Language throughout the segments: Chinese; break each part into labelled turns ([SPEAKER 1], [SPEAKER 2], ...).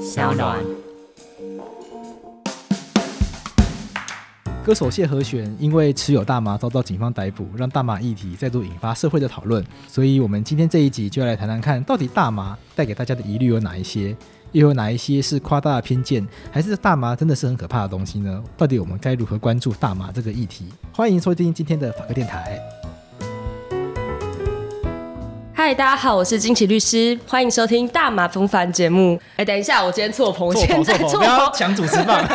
[SPEAKER 1] 小暖。
[SPEAKER 2] 歌手谢和弦因为持有大麻遭到警方逮捕，让大麻议题再度引发社会的讨论。所以，我们今天这一集就要来谈谈看，到底大麻带给大家的疑虑有哪一些，又有哪一些是夸大的偏见，还是大麻真的是很可怕的东西呢？到底我们该如何关注大麻这个议题？欢迎收听今天的法科电台。
[SPEAKER 3] 嗨，大家好，我是金奇律师，欢迎收听《大麻风帆》节目。哎，等一下，我今天错棚，我
[SPEAKER 2] 错
[SPEAKER 3] 现
[SPEAKER 2] 棚
[SPEAKER 3] 在
[SPEAKER 2] 错棚，
[SPEAKER 3] 错
[SPEAKER 2] 不要
[SPEAKER 3] 棚。
[SPEAKER 2] 抢主 持棒。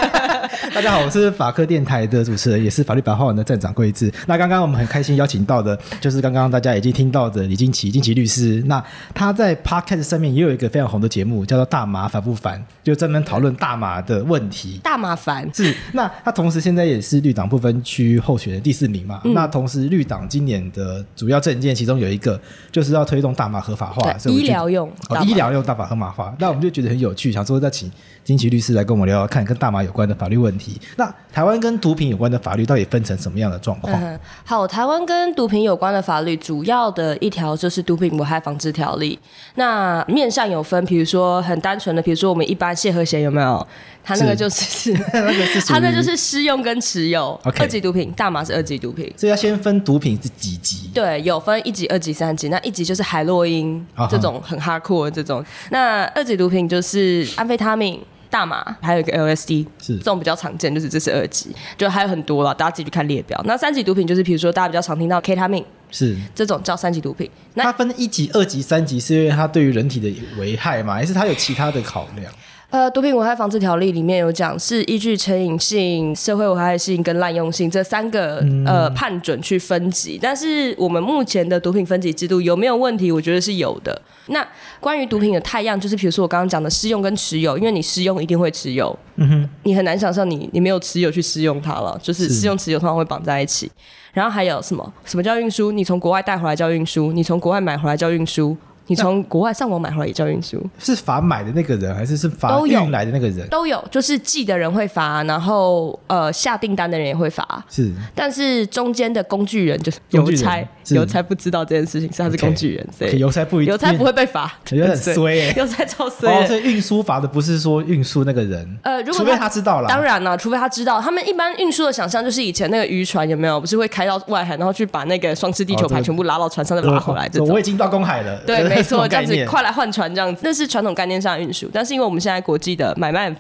[SPEAKER 2] 大家好，我是法科电台的主持人，也是法律白话文的站长桂智。那刚刚我们很开心邀请到的，就是刚刚大家已经听到的李金奇，金奇律师。那他在 podcast 上面也有一个非常红的节目，叫做《大麻烦不烦》，就专门讨论大麻的问题。
[SPEAKER 3] 大麻烦，
[SPEAKER 2] 是，那他同时现在也是绿党不分区候选人第四名嘛？那同时绿党今年的主要政见，其中有一个就是要推动大麻合法化，
[SPEAKER 3] 对
[SPEAKER 2] 所以我就
[SPEAKER 3] 医疗用
[SPEAKER 2] 哦
[SPEAKER 3] 大，麻
[SPEAKER 2] 医疗用大麻合法化。那我们就觉得很有趣，想说再请金奇律师来跟我们聊聊看跟大麻有关的法律问题。那台湾跟毒品有关的法律到底分成什么样的状况？
[SPEAKER 3] 嗯，好，台湾跟毒品有关的法律，主要的一条就是《毒品危害防治条例》。那面上有分，比如说很单纯的，比如说我们一般谢和弦有没有？他那个
[SPEAKER 2] 是
[SPEAKER 3] 就是
[SPEAKER 2] 那个是属于
[SPEAKER 3] 他那就是施用跟持有
[SPEAKER 2] OK
[SPEAKER 3] 二级毒品，大麻是二级毒品。
[SPEAKER 2] 所以要先分毒品是几级？
[SPEAKER 3] 对，有分一级、二级、三级。那一级就是海洛因
[SPEAKER 2] 啊哈
[SPEAKER 3] 这种很 hardcore 的这种，那二级毒品就是安非他命。大麻，还有一个 LSD，
[SPEAKER 2] 是
[SPEAKER 3] 这种比较常见，就是这是二级，就还有很多了，大家自己去看列表。那三级毒品就是比如说大家比较常听到 K 他命
[SPEAKER 2] 是。
[SPEAKER 3] 这种叫三级毒品。那
[SPEAKER 2] 它分一级、二级、三级，是因为它对于人体的危害吗？还是它有其他的考量？
[SPEAKER 3] 呃，《毒品危害防治条例》里面有讲，是依据成瘾性、社会危害性跟滥用性这三个、
[SPEAKER 2] 嗯
[SPEAKER 3] 呃判准去分级。但是我们目前的毒品分级制度有没有问题？我觉得是有的。那关于毒品的太样，就是比如说我刚刚讲的施用跟持有，因为你施用一定会持有，
[SPEAKER 2] 嗯哼，
[SPEAKER 3] 你很难想象你你没有持有去施用它了，就是
[SPEAKER 2] 是
[SPEAKER 3] 施用持有通常会绑在一起。然后还有什么？什么叫运输？你从国外带回来叫运输，你从国外买回来叫运输，你从国外上网买回来也叫运输。
[SPEAKER 2] 是罚买的那个人，还是是罚
[SPEAKER 3] 都有
[SPEAKER 2] 运来的那个人？
[SPEAKER 3] 都有，就是寄的人会罚，然后呃下订单的人也会罚，
[SPEAKER 2] 是
[SPEAKER 3] 但是中间的工具人就是
[SPEAKER 2] 工具
[SPEAKER 3] 邮
[SPEAKER 2] 人
[SPEAKER 3] 差，
[SPEAKER 2] 是
[SPEAKER 3] 邮差不知道这件事情，所以他是
[SPEAKER 2] OK
[SPEAKER 3] 工具人，所以
[SPEAKER 2] 邮差不一定，
[SPEAKER 3] 邮差不会被罚，
[SPEAKER 2] 有点衰 欸
[SPEAKER 3] 对邮差超衰
[SPEAKER 2] 哦，
[SPEAKER 3] 的。
[SPEAKER 2] 所以运输罚的不是说运输那个人，
[SPEAKER 3] 呃，如果
[SPEAKER 2] 除非他知道了，
[SPEAKER 3] 当然啦，除非他知道。他们一般运输的想象就是以前那个渔船有没有，不是会开到外海，然后去把那个双狮地球
[SPEAKER 2] 哦这
[SPEAKER 3] 牌
[SPEAKER 2] 个
[SPEAKER 3] 全部拉到船上再
[SPEAKER 2] 我
[SPEAKER 3] 拉回来这种
[SPEAKER 2] 我。已经到公海了，
[SPEAKER 3] 对，没错，这样子
[SPEAKER 2] 快
[SPEAKER 3] 快来换船这样子，那是传统概念上的运输。但是因为我们现在国际的买卖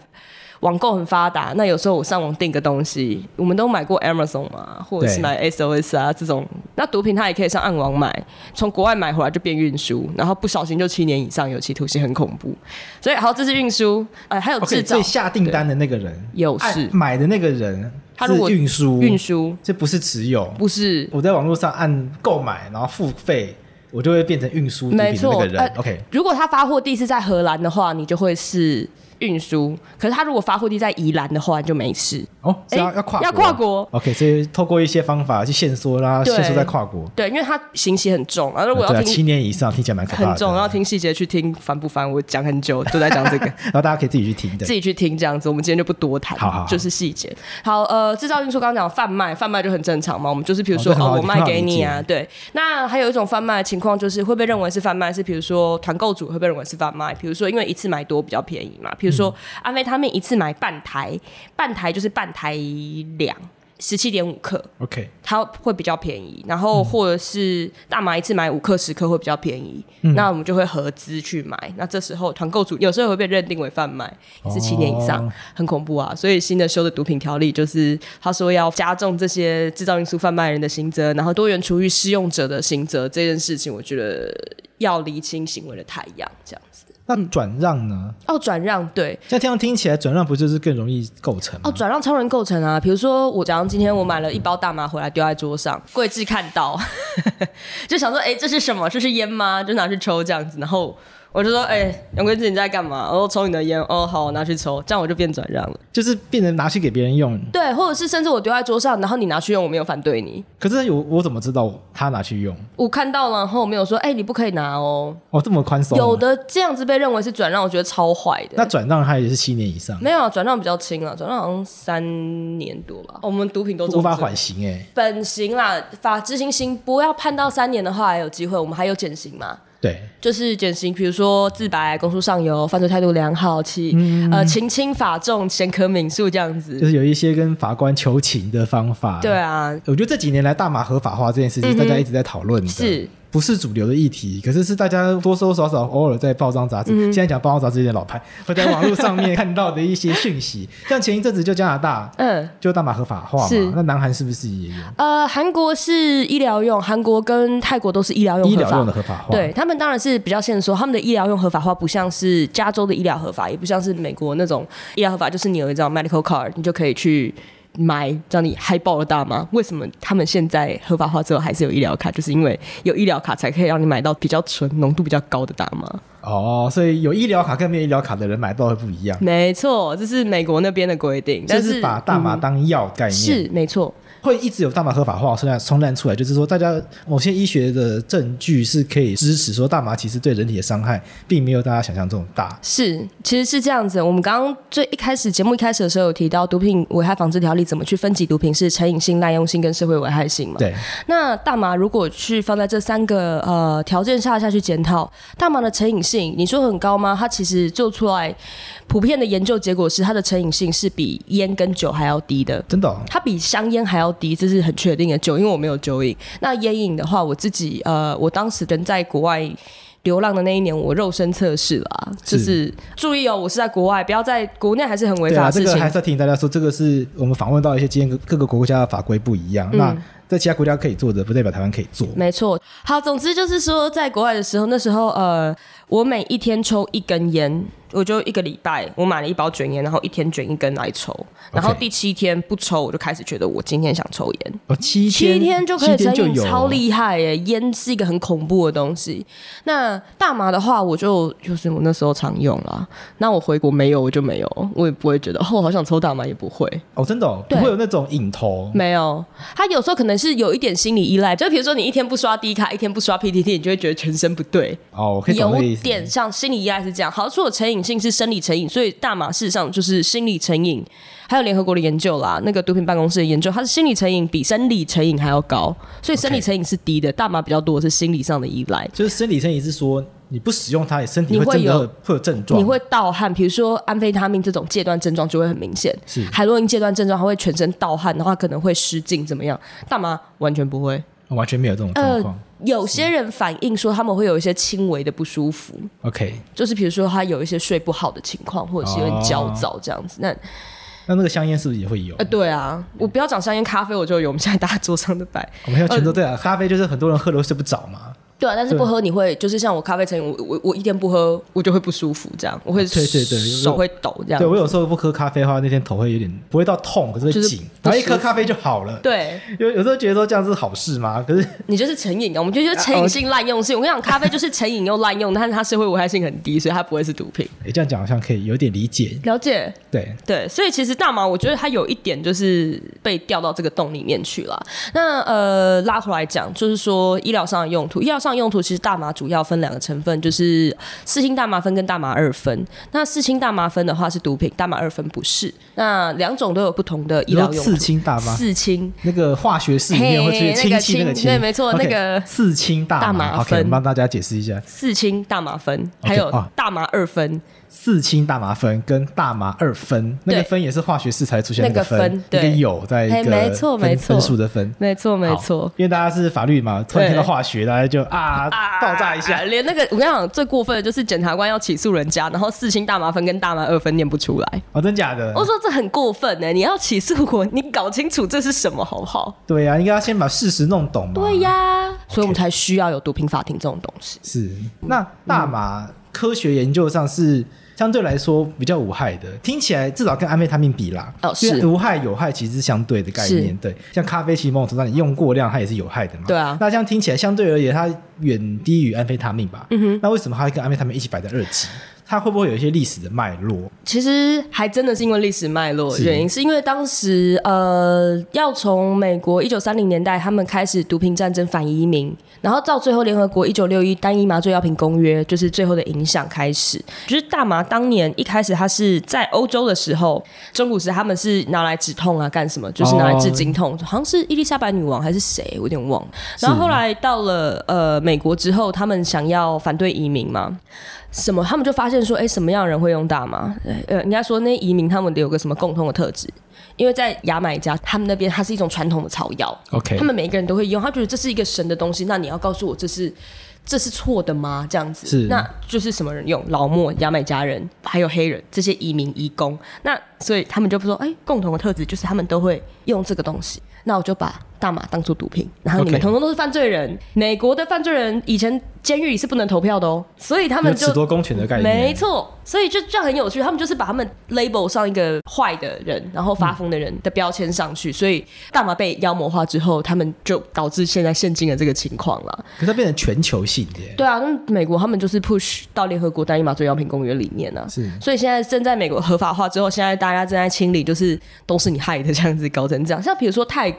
[SPEAKER 3] 网购很发达，那有时候我上网订个东西，我们都买过 Amazon 嘛，或者是
[SPEAKER 2] 对
[SPEAKER 3] 买 SOS 啊这种。那毒品它也可以上暗网买，从国外买回来就变运输，然后不小心就七年以上有期徒刑，很恐怖。所以好，这是运输，呃，还有
[SPEAKER 2] OK，哎
[SPEAKER 3] 制造
[SPEAKER 2] 所以下订单的那个人
[SPEAKER 3] 有
[SPEAKER 2] 按
[SPEAKER 3] 是
[SPEAKER 2] 买的那个人，
[SPEAKER 3] 他如果
[SPEAKER 2] 是运输
[SPEAKER 3] 运，输，
[SPEAKER 2] 这不是持有。
[SPEAKER 3] 不是
[SPEAKER 2] 我在网络上按购买，然后付费，我就会变成运输毒品
[SPEAKER 3] 没
[SPEAKER 2] 的那
[SPEAKER 3] 错
[SPEAKER 2] 个人。
[SPEAKER 3] 呃
[SPEAKER 2] OK，
[SPEAKER 3] 如果他发货地是在荷兰的话，你就会是运输；可是他如果发货地在宜兰的话，你就没事。
[SPEAKER 2] 哦，是要
[SPEAKER 3] 诶
[SPEAKER 2] 要跨
[SPEAKER 3] 哎要跨国
[SPEAKER 2] OK，所以透过一些方法去限缩啦，
[SPEAKER 3] 对
[SPEAKER 2] 限缩在跨国。
[SPEAKER 3] 对，因为他刑期很重，然后我
[SPEAKER 2] 对
[SPEAKER 3] 要
[SPEAKER 2] 啊，七
[SPEAKER 3] 听
[SPEAKER 2] 年以上听起来蛮可怕的。啊
[SPEAKER 3] 很重，然后听细节去听烦不 烦，我讲很久都在讲这 个，
[SPEAKER 2] 然后大家可以自己去听的
[SPEAKER 3] 自。己去听这样子。我们今天就不多谈，
[SPEAKER 2] 好好好
[SPEAKER 3] 就是细节。好，呃，制造运输刚刚讲贩卖，贩卖就很正常嘛，我们就是比如说
[SPEAKER 2] 哦这很好
[SPEAKER 3] 哦，我卖给你
[SPEAKER 2] 很好
[SPEAKER 3] 啊，对。那还有一种贩卖的情况就是会被认为是贩卖，是比如说团购组会被认为是贩卖，比如说因为一次买多比较便宜嘛，比如
[SPEAKER 2] 嗯
[SPEAKER 3] 说安非他命一次买半台，半台就是半台两十七点五克，
[SPEAKER 2] OK，
[SPEAKER 3] 它会比较便宜，然后或者是大麻一次买五克十克会比较便宜，那我们就会合资去买。那这时候团购组有时候也会被认定为贩卖，也是七年以上，
[SPEAKER 2] 哦
[SPEAKER 3] 很恐怖啊！所以新的修的毒品条例就是他说要加重这些制造运输贩卖人的刑责，然后多元处遇施用者的刑责这件事情，我觉得要厘清行为的太阳这样子。
[SPEAKER 2] 那转让呢？
[SPEAKER 3] 哦，转让对，
[SPEAKER 2] 像这样听起来，转让不就是更容易构成吗？
[SPEAKER 3] 哦，转让超人构成啊，比如说我假如今天我买了一包大麻回来丢在桌上，桂智看到， 就想说，哎、这是什么？这是烟吗？就拿去抽这样子，然后我就说，哎、杨桂智你在干嘛？哦，抽你的烟，哦，好，我拿去抽，这样我就变转让了。
[SPEAKER 2] 就是变成拿去给别人用。
[SPEAKER 3] 对，或者是甚至我丢在桌上，然后你拿去用，我没有反对你，
[SPEAKER 2] 可是我我怎么知道他拿去用？
[SPEAKER 3] 我看到了，然后我没有说，哎、你不可以拿哦。
[SPEAKER 2] 哦，这么宽松。
[SPEAKER 3] 有。的这样子被认为是转让，我觉得超坏的。
[SPEAKER 2] 那转让他也是七年以上，
[SPEAKER 3] 没有啊转让比较轻啊，转让好像三年多吧。哦我们毒品都
[SPEAKER 2] 无法
[SPEAKER 3] 重罪
[SPEAKER 2] 缓刑哎、
[SPEAKER 3] 本刑啦，法执行刑不要判到三年的话，还有机会，我们还有减刑嘛？
[SPEAKER 2] 对，
[SPEAKER 3] 就是减刑，比如说自白、啊公诉上游、犯罪态度良好、其、呃情轻法重、贤可悯恕这样
[SPEAKER 2] 嗯就
[SPEAKER 3] 子。
[SPEAKER 2] 是有一些跟法官求情的方法。
[SPEAKER 3] 对，啊，
[SPEAKER 2] 我觉得这几年来大麻合法化这件事情，大家一直在讨论的，
[SPEAKER 3] 是
[SPEAKER 2] 不是主流的议题？可是是大家多多少少偶尔在报章杂志，
[SPEAKER 3] 嗯
[SPEAKER 2] 现在讲报章杂志有点老派，会在网络上面看到的一些讯 息。像前一阵子就加拿大
[SPEAKER 3] 嗯。
[SPEAKER 2] 就大麻合法化
[SPEAKER 3] 是
[SPEAKER 2] 嘛，那南韩是不是也有
[SPEAKER 3] 呃，韩国是医疗用，韩国跟泰国都是医疗用
[SPEAKER 2] 医
[SPEAKER 3] 合
[SPEAKER 2] 疗
[SPEAKER 3] 法
[SPEAKER 2] 用的合法化？
[SPEAKER 3] 对他们当然是比较限缩，他们的医疗用合法化不像是加州的医疗合法，也不像是美国那种医疗合法，就是你有一张 medical card，你就可以去买让你嗨爆了大麻。为什么他们现在合法化之后还是有医疗卡？就是因为有医疗卡才可以让你买到比较纯、浓度比较高的大麻。
[SPEAKER 2] 哦，所以有医疗卡跟没有医疗卡的人买到会不一样，
[SPEAKER 3] 没错，这是美国那边的规定，
[SPEAKER 2] 就
[SPEAKER 3] 但
[SPEAKER 2] 是把大麻
[SPEAKER 3] 嗯
[SPEAKER 2] 当药概念。
[SPEAKER 3] 是没错，
[SPEAKER 2] 会一直有大麻合法化冲淡冲淡出来，就是说大家某些医学的证据是可以支持说大麻其实对人体的伤害并没有大家想象这种大。
[SPEAKER 3] 是，其实是这样子。我们刚刚最一开始节目一开始的时候有提到，毒品危害防治条例怎么去分级毒品是成瘾性、滥用性跟社会危害性嘛？。
[SPEAKER 2] 对，
[SPEAKER 3] 那大麻如果去放在这三个呃条件下下去检讨，大麻的成瘾性，你说很高吗？它其实做出来普遍的研究结果是，它的成瘾性是比烟跟酒还要低的。
[SPEAKER 2] 真的哦、
[SPEAKER 3] 它比香烟还要低，这是很确定的。酒，因为我没有酒瘾。那烟瘾的话，我自己呃，我当时人在国外流浪的那一年，我肉身测试啦，
[SPEAKER 2] 是
[SPEAKER 3] 就是注意哦，我是在国外，不要在国内还是很违
[SPEAKER 2] 对
[SPEAKER 3] 法
[SPEAKER 2] 啊，
[SPEAKER 3] 的
[SPEAKER 2] 这
[SPEAKER 3] 事
[SPEAKER 2] 个
[SPEAKER 3] 情。
[SPEAKER 2] 还是要提醒大家说，这个是我们访问到一些今天各个国家的法规不一样，
[SPEAKER 3] 嗯
[SPEAKER 2] 那在其他国家可以做的，不代表台湾可以做。
[SPEAKER 3] 没错，好，总之就是说，在国外的时候，那时候呃，我每一天抽一根烟，我就一个礼拜，我买了一包卷烟，然后一天卷一根来抽，然后
[SPEAKER 2] OK
[SPEAKER 3] 第七天不抽，我就开始觉得我今天想抽烟，
[SPEAKER 2] 哦，七
[SPEAKER 3] 七天就可以
[SPEAKER 2] 七天
[SPEAKER 3] 成
[SPEAKER 2] 就
[SPEAKER 3] 瘾，
[SPEAKER 2] 有哦
[SPEAKER 3] 超厉害耶！烟是一个很恐怖的东西。那大麻的话，我就就是我那时候常用啦。那我回国没有，我就没有，我也不会觉得哦，我好想抽大麻，也不会。
[SPEAKER 2] 哦，真的、哦、不
[SPEAKER 3] 对嗯
[SPEAKER 2] 会有那种瘾头。
[SPEAKER 3] 没有，他有时候可能是有一点心理依赖，就比如说你一天不刷 D 卡，一天不刷 PTT，你就会觉得全身不对，
[SPEAKER 2] 哦，我可以懂
[SPEAKER 3] 有
[SPEAKER 2] 那个意思。
[SPEAKER 3] 点像心理依赖是这样。好，除了成瘾性是生理成瘾，所以大麻事实上就是心理成瘾。还有联合国的研究啦，那个毒品办公室的研究，它是心理成瘾比生理成瘾还要高，所以生理
[SPEAKER 2] OK
[SPEAKER 3] 成瘾是低的，大麻比较多的是心理上的依赖。
[SPEAKER 2] 就是生理成瘾是说，你不使用它，你身体
[SPEAKER 3] 你
[SPEAKER 2] 会
[SPEAKER 3] 会
[SPEAKER 2] 真的
[SPEAKER 3] 有
[SPEAKER 2] 会会有症状。
[SPEAKER 3] 你会盗汗，比如说安非他命这种戒断症状就会很明显，
[SPEAKER 2] 是
[SPEAKER 3] 海洛因戒断症状，它会全身盗汗，然后它可能会失禁，怎么样？大麻完全不会。
[SPEAKER 2] 完全没有这种
[SPEAKER 3] 呃
[SPEAKER 2] 状况。
[SPEAKER 3] 有些人反映说他们会有一些轻微的不舒服，
[SPEAKER 2] OK，
[SPEAKER 3] 就是比如说他有一些睡不好的情况，或者是有点焦躁这样子。那
[SPEAKER 2] 那那个香烟是不是也会有？
[SPEAKER 3] 呃，对啊，我不要讲香烟、咖啡，我就有我们现在大家桌上的摆。
[SPEAKER 2] 我们现在全都对啊，
[SPEAKER 3] 呃
[SPEAKER 2] 咖啡就是很多人喝了会睡不着嘛，
[SPEAKER 3] 对啊，但是
[SPEAKER 2] 对
[SPEAKER 3] 不喝你会就是像我咖啡成瘾，我我我一天不喝我就会不舒服，这样我会
[SPEAKER 2] 对对对
[SPEAKER 3] 手会抖这样
[SPEAKER 2] 对。我有时候不喝咖啡的话，那天头会有点不会到痛，可是会
[SPEAKER 3] 就是
[SPEAKER 2] 紧，
[SPEAKER 3] 不
[SPEAKER 2] 然后一
[SPEAKER 3] 舒
[SPEAKER 2] 喝
[SPEAKER 3] 服
[SPEAKER 2] 咖啡就好了。
[SPEAKER 3] 对
[SPEAKER 2] 有有时候觉得说这样是好事吗？可是
[SPEAKER 3] 你就是成瘾啊，我 们就觉得成瘾性、滥用性。我跟你讲，咖啡就是成瘾又滥用，但是它社会危害性很低，所以它不会是毒品。
[SPEAKER 2] 诶这样讲好像可以有点理解，
[SPEAKER 3] 了解。
[SPEAKER 2] 对，
[SPEAKER 3] 对，所以其实大麻，我觉得它有一点就是被掉到这个洞里面去了。那呃，拉回来讲，就是说医疗上的用途，医疗上的用途其实大麻主要分两个成分，就是四氢大麻酚跟大麻二酚。那四氢大麻酚的话是毒品，大麻二酚不是。那两种都有不同的医疗
[SPEAKER 2] 然后
[SPEAKER 3] 用
[SPEAKER 2] 刺
[SPEAKER 3] 途。
[SPEAKER 2] 青大麻，
[SPEAKER 3] 四氢
[SPEAKER 2] 那个化学式里面会出现
[SPEAKER 3] 嘿
[SPEAKER 2] 氢气
[SPEAKER 3] 那个
[SPEAKER 2] 个
[SPEAKER 3] 氢
[SPEAKER 2] 氢，
[SPEAKER 3] 对没错
[SPEAKER 2] OK，
[SPEAKER 3] 那个
[SPEAKER 2] 四氢大
[SPEAKER 3] 大麻
[SPEAKER 2] 麻 o k 我
[SPEAKER 3] 酚
[SPEAKER 2] 们帮大家解释一下，
[SPEAKER 3] 四氢大麻酚，
[SPEAKER 2] OK，
[SPEAKER 3] 还有
[SPEAKER 2] 啊
[SPEAKER 3] 大麻二酚，
[SPEAKER 2] 四氢大麻酚跟大麻二酚，那个
[SPEAKER 3] 对
[SPEAKER 2] 酚也是化学式才出现
[SPEAKER 3] 那个
[SPEAKER 2] 酚，
[SPEAKER 3] 酚
[SPEAKER 2] 一个
[SPEAKER 3] 对
[SPEAKER 2] 有在一
[SPEAKER 3] 嘿
[SPEAKER 2] 个
[SPEAKER 3] 没错
[SPEAKER 2] 分
[SPEAKER 3] 没错
[SPEAKER 2] 分数的分。
[SPEAKER 3] 没错没
[SPEAKER 2] 好
[SPEAKER 3] 错。
[SPEAKER 2] 因为大家是法律嘛，突然
[SPEAKER 3] 对
[SPEAKER 2] 听到化学，大家就啊爆炸一下。
[SPEAKER 3] 连那个我跟你讲，最过分的就是检察官要起诉人家，然后四氢大麻酚跟大麻二酚念不出来。
[SPEAKER 2] 哦，真假的？
[SPEAKER 3] 我说这很过分欸呢、你要起诉我，你搞清楚这是什么好不好？
[SPEAKER 2] 对啊呀、应该要先把事实弄懂嘛。
[SPEAKER 3] 对呀，所以我们才需要有毒品法庭这种东西。
[SPEAKER 2] 是，那大麻科学研究上是相对来说比较无害的，听起来至少跟安非他命比啦。
[SPEAKER 3] 哦
[SPEAKER 2] 因为
[SPEAKER 3] 是
[SPEAKER 2] 无害有害其实是相对的概念。对，像咖啡其实某种程度上你用过量它也是有害的嘛。
[SPEAKER 3] 对啊
[SPEAKER 2] 那这样听起来相对而言它远低于安非他命吧？嗯哼。那为什么它会跟安非他命一起摆在二级？它会不会有一些历史的脉络？
[SPEAKER 3] 其实还真的是因为历史脉络
[SPEAKER 2] 是
[SPEAKER 3] 原因，是因为当时呃，要从美国一九三零年代他们开始毒品战争反移民，然后到最后联合国一九六一单一麻醉药品公约，就是最后的影响开始。就是大麻当年一开始它是在欧洲的时候，中古时他们是拿来止痛啊，干什么？就是拿来治经痛，好像是伊丽莎白女王还是谁，我有点忘了。然后后来到了呃美国之后，他们想要反对移民嘛，什么，他们就发现说，哎，什么样的人会用大麻？呃，应该说那移民他们有个什么共同的特质，因为在牙买加他们那边它是一种传统的草药，
[SPEAKER 2] OK，
[SPEAKER 3] 他们每一个人都会用，他觉得这是一个神的东西，那你要告诉我这是这是错的吗？这样子，
[SPEAKER 2] 是
[SPEAKER 3] 那就是什么人用？老莫、牙买加人，还有黑人这些移民移工，那所以他们就不说，哎、共同的特质就是他们都会用这个东西。那我就把大麻当做毒品，然后你们
[SPEAKER 2] OK
[SPEAKER 3] 统统都是犯罪人。美国的犯罪人以前监狱里是不能投票的哦，所以他们
[SPEAKER 2] 有
[SPEAKER 3] 就
[SPEAKER 2] 此多公权的概念，
[SPEAKER 3] 没错，所以就这样很有趣，他们就是把他们 label 上一个坏的人，然后发疯的人的标签上去，所以大麻被妖魔化之后，他们就导致现在现今的这个情况了。
[SPEAKER 2] 可是它变成全球性的耶，
[SPEAKER 3] 对啊，那美国他们就是 push 到联合国单一麻醉药品公约里面呢、啊。
[SPEAKER 2] 是
[SPEAKER 3] 所以现在正在美国合法化之后，现在大家正在清理，就是都是你害的这样子搞成这样。像比如说泰国，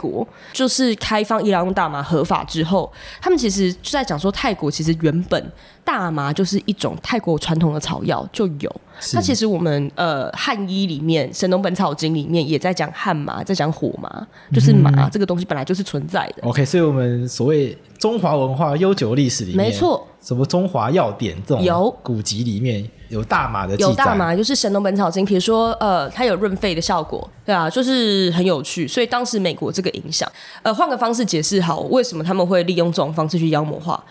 [SPEAKER 3] 就是开放伊朗用大麻合法之后，他们其实就在讲说，泰国其实原本大麻就是一种泰国传统的草药就有。
[SPEAKER 2] 是
[SPEAKER 3] 那其实我们呃汉医里面《神农本草经》里面也在讲汗麻，在讲火麻，就是麻、
[SPEAKER 2] 嗯
[SPEAKER 3] 这个东西本来就是存在的。
[SPEAKER 2] OK，所以我们所谓中华文化悠久历史里面，
[SPEAKER 3] 没错，
[SPEAKER 2] 什么中华药典这种
[SPEAKER 3] 有
[SPEAKER 2] 古籍里面有大麻的记载，
[SPEAKER 3] 有大麻，就是《神农本草经》，比如说呃，它有润肺的效果，对啊，就是很有趣。所以当时美国这个影响，呃，换个方式解释好，为什么他们会利用这种方式去妖魔化？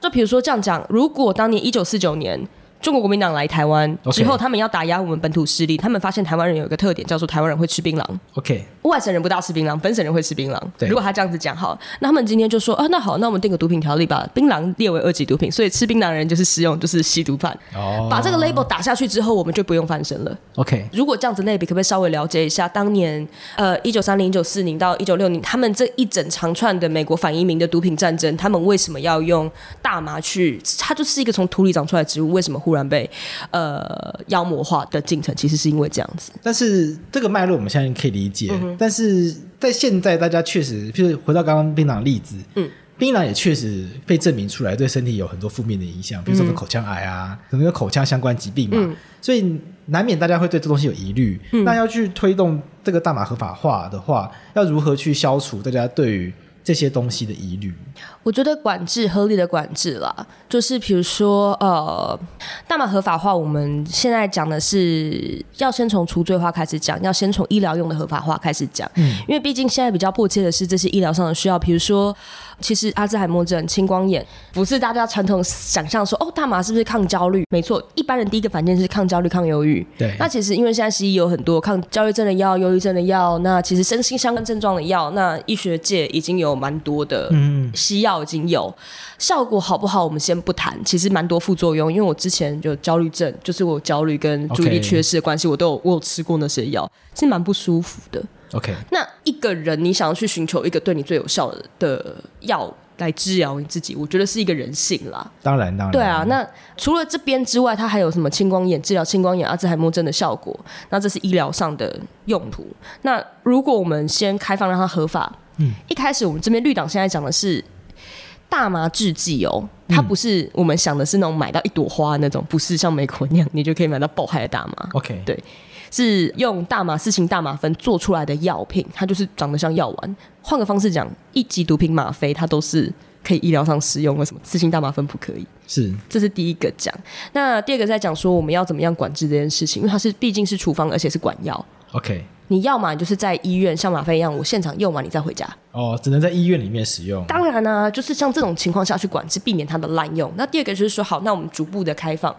[SPEAKER 3] 就比如说这样讲，如果当年一九四九年。中国国民党来台湾
[SPEAKER 2] OK
[SPEAKER 3] 之后，他们要打压我们本土势力。他们发现台湾人有一个特点，叫做台湾人会吃槟榔。
[SPEAKER 2] OK，
[SPEAKER 3] 外省人不大吃槟榔，本省人会吃槟榔。
[SPEAKER 2] 对
[SPEAKER 3] 如果他这样子讲好，那他们今天就说啊，那好，那我们定个毒品条例，把槟榔列为二级毒品，所以吃槟榔的人就是使用就是吸毒犯。
[SPEAKER 2] 哦，
[SPEAKER 3] 把这个 label 打下去之后，我们就不用翻身了。
[SPEAKER 2] OK
[SPEAKER 3] 如果这样子类比，可不可以稍微了解一下当年呃一九三零、一九四零到一九六零他们这一整长串的美国反移民的毒品战争，他们为什么要用大麻去？它就是一个从土里长出来的植物，为什么忽然被呃妖魔化的进程？其实是因为这样子。
[SPEAKER 2] 但是这个脉络我们现在可以理解，
[SPEAKER 3] 嗯
[SPEAKER 2] 但是在现在大家确实，譬如回到刚刚槟榔的例子，嗯。槟榔也确实被证明出来对身体有很多负面的影响，比如
[SPEAKER 3] 嗯
[SPEAKER 2] 说跟口腔癌啊，可能跟口腔相关疾病嘛，所以难免大家会对这东西有疑虑。
[SPEAKER 3] 嗯
[SPEAKER 2] 那要去推动这个大麻合法化的话，要如何去消除大家对于这些东西的疑虑？
[SPEAKER 3] 我觉得管制合理的管制啦，就是比如说呃，大麻合法化，我们现在讲的是要先从除罪化开始讲，要先从医疗用的合法化开始讲，因为毕竟现在比较迫切的是这些医疗上的需要，比如说。其实阿兹海默症、青光眼不是大家传统想象说哦，大麻是不是抗焦虑？没错，一般人第一个反应是抗焦虑、抗忧郁。
[SPEAKER 2] 对
[SPEAKER 3] 那其实因为现在西医有很多抗焦虑症的药、忧郁症的药，那其实身心相关症状的药，那医学界已经有蛮多的，嗯，西药已经有效果好不好，我们先不谈，其实蛮多副作用。因为我之前有焦虑症，就是我有焦虑跟注意力
[SPEAKER 2] OK
[SPEAKER 3] 缺失的关系我都有我有吃过那些药，是蛮不舒服的。
[SPEAKER 2] OK，
[SPEAKER 3] 那一个人，你想要去寻求一个对你最有效的药来治疗你自己，我觉得是一个人性啦。
[SPEAKER 2] 当然当然，
[SPEAKER 3] 对啊，那除了这边之外，它还有什么青光眼治疗青光眼、阿兹海默症的效果？那这是医疗上的用途。那如果我们先开放让它合法，嗯，一开始我们这边绿党现在讲的是大麻制剂哦，它不是我们想的是那种买到一朵花那种，不是像美国那样你就可以买到爆嗨的大麻。
[SPEAKER 2] OK，
[SPEAKER 3] 对是用大麻四氢大麻酚做出来的药品，它就是长得像药丸。换个方式讲，一级毒品吗啡它都是可以医疗上使用，为什么四氢大麻酚不可以？
[SPEAKER 2] 是
[SPEAKER 3] 这是第一个讲。那第二个在讲说我们要怎么样管制这件事情，因为它是毕竟是处方，而且是管药。
[SPEAKER 2] OK，
[SPEAKER 3] 你要嘛就是在医院像吗啡一样，我现场用完你再回家。
[SPEAKER 2] 哦，只能在医院里面使用。
[SPEAKER 3] 当然呢、就是像这种情况下去管制，避免它的滥用。那第二个就是说，好，那我们逐步的开放。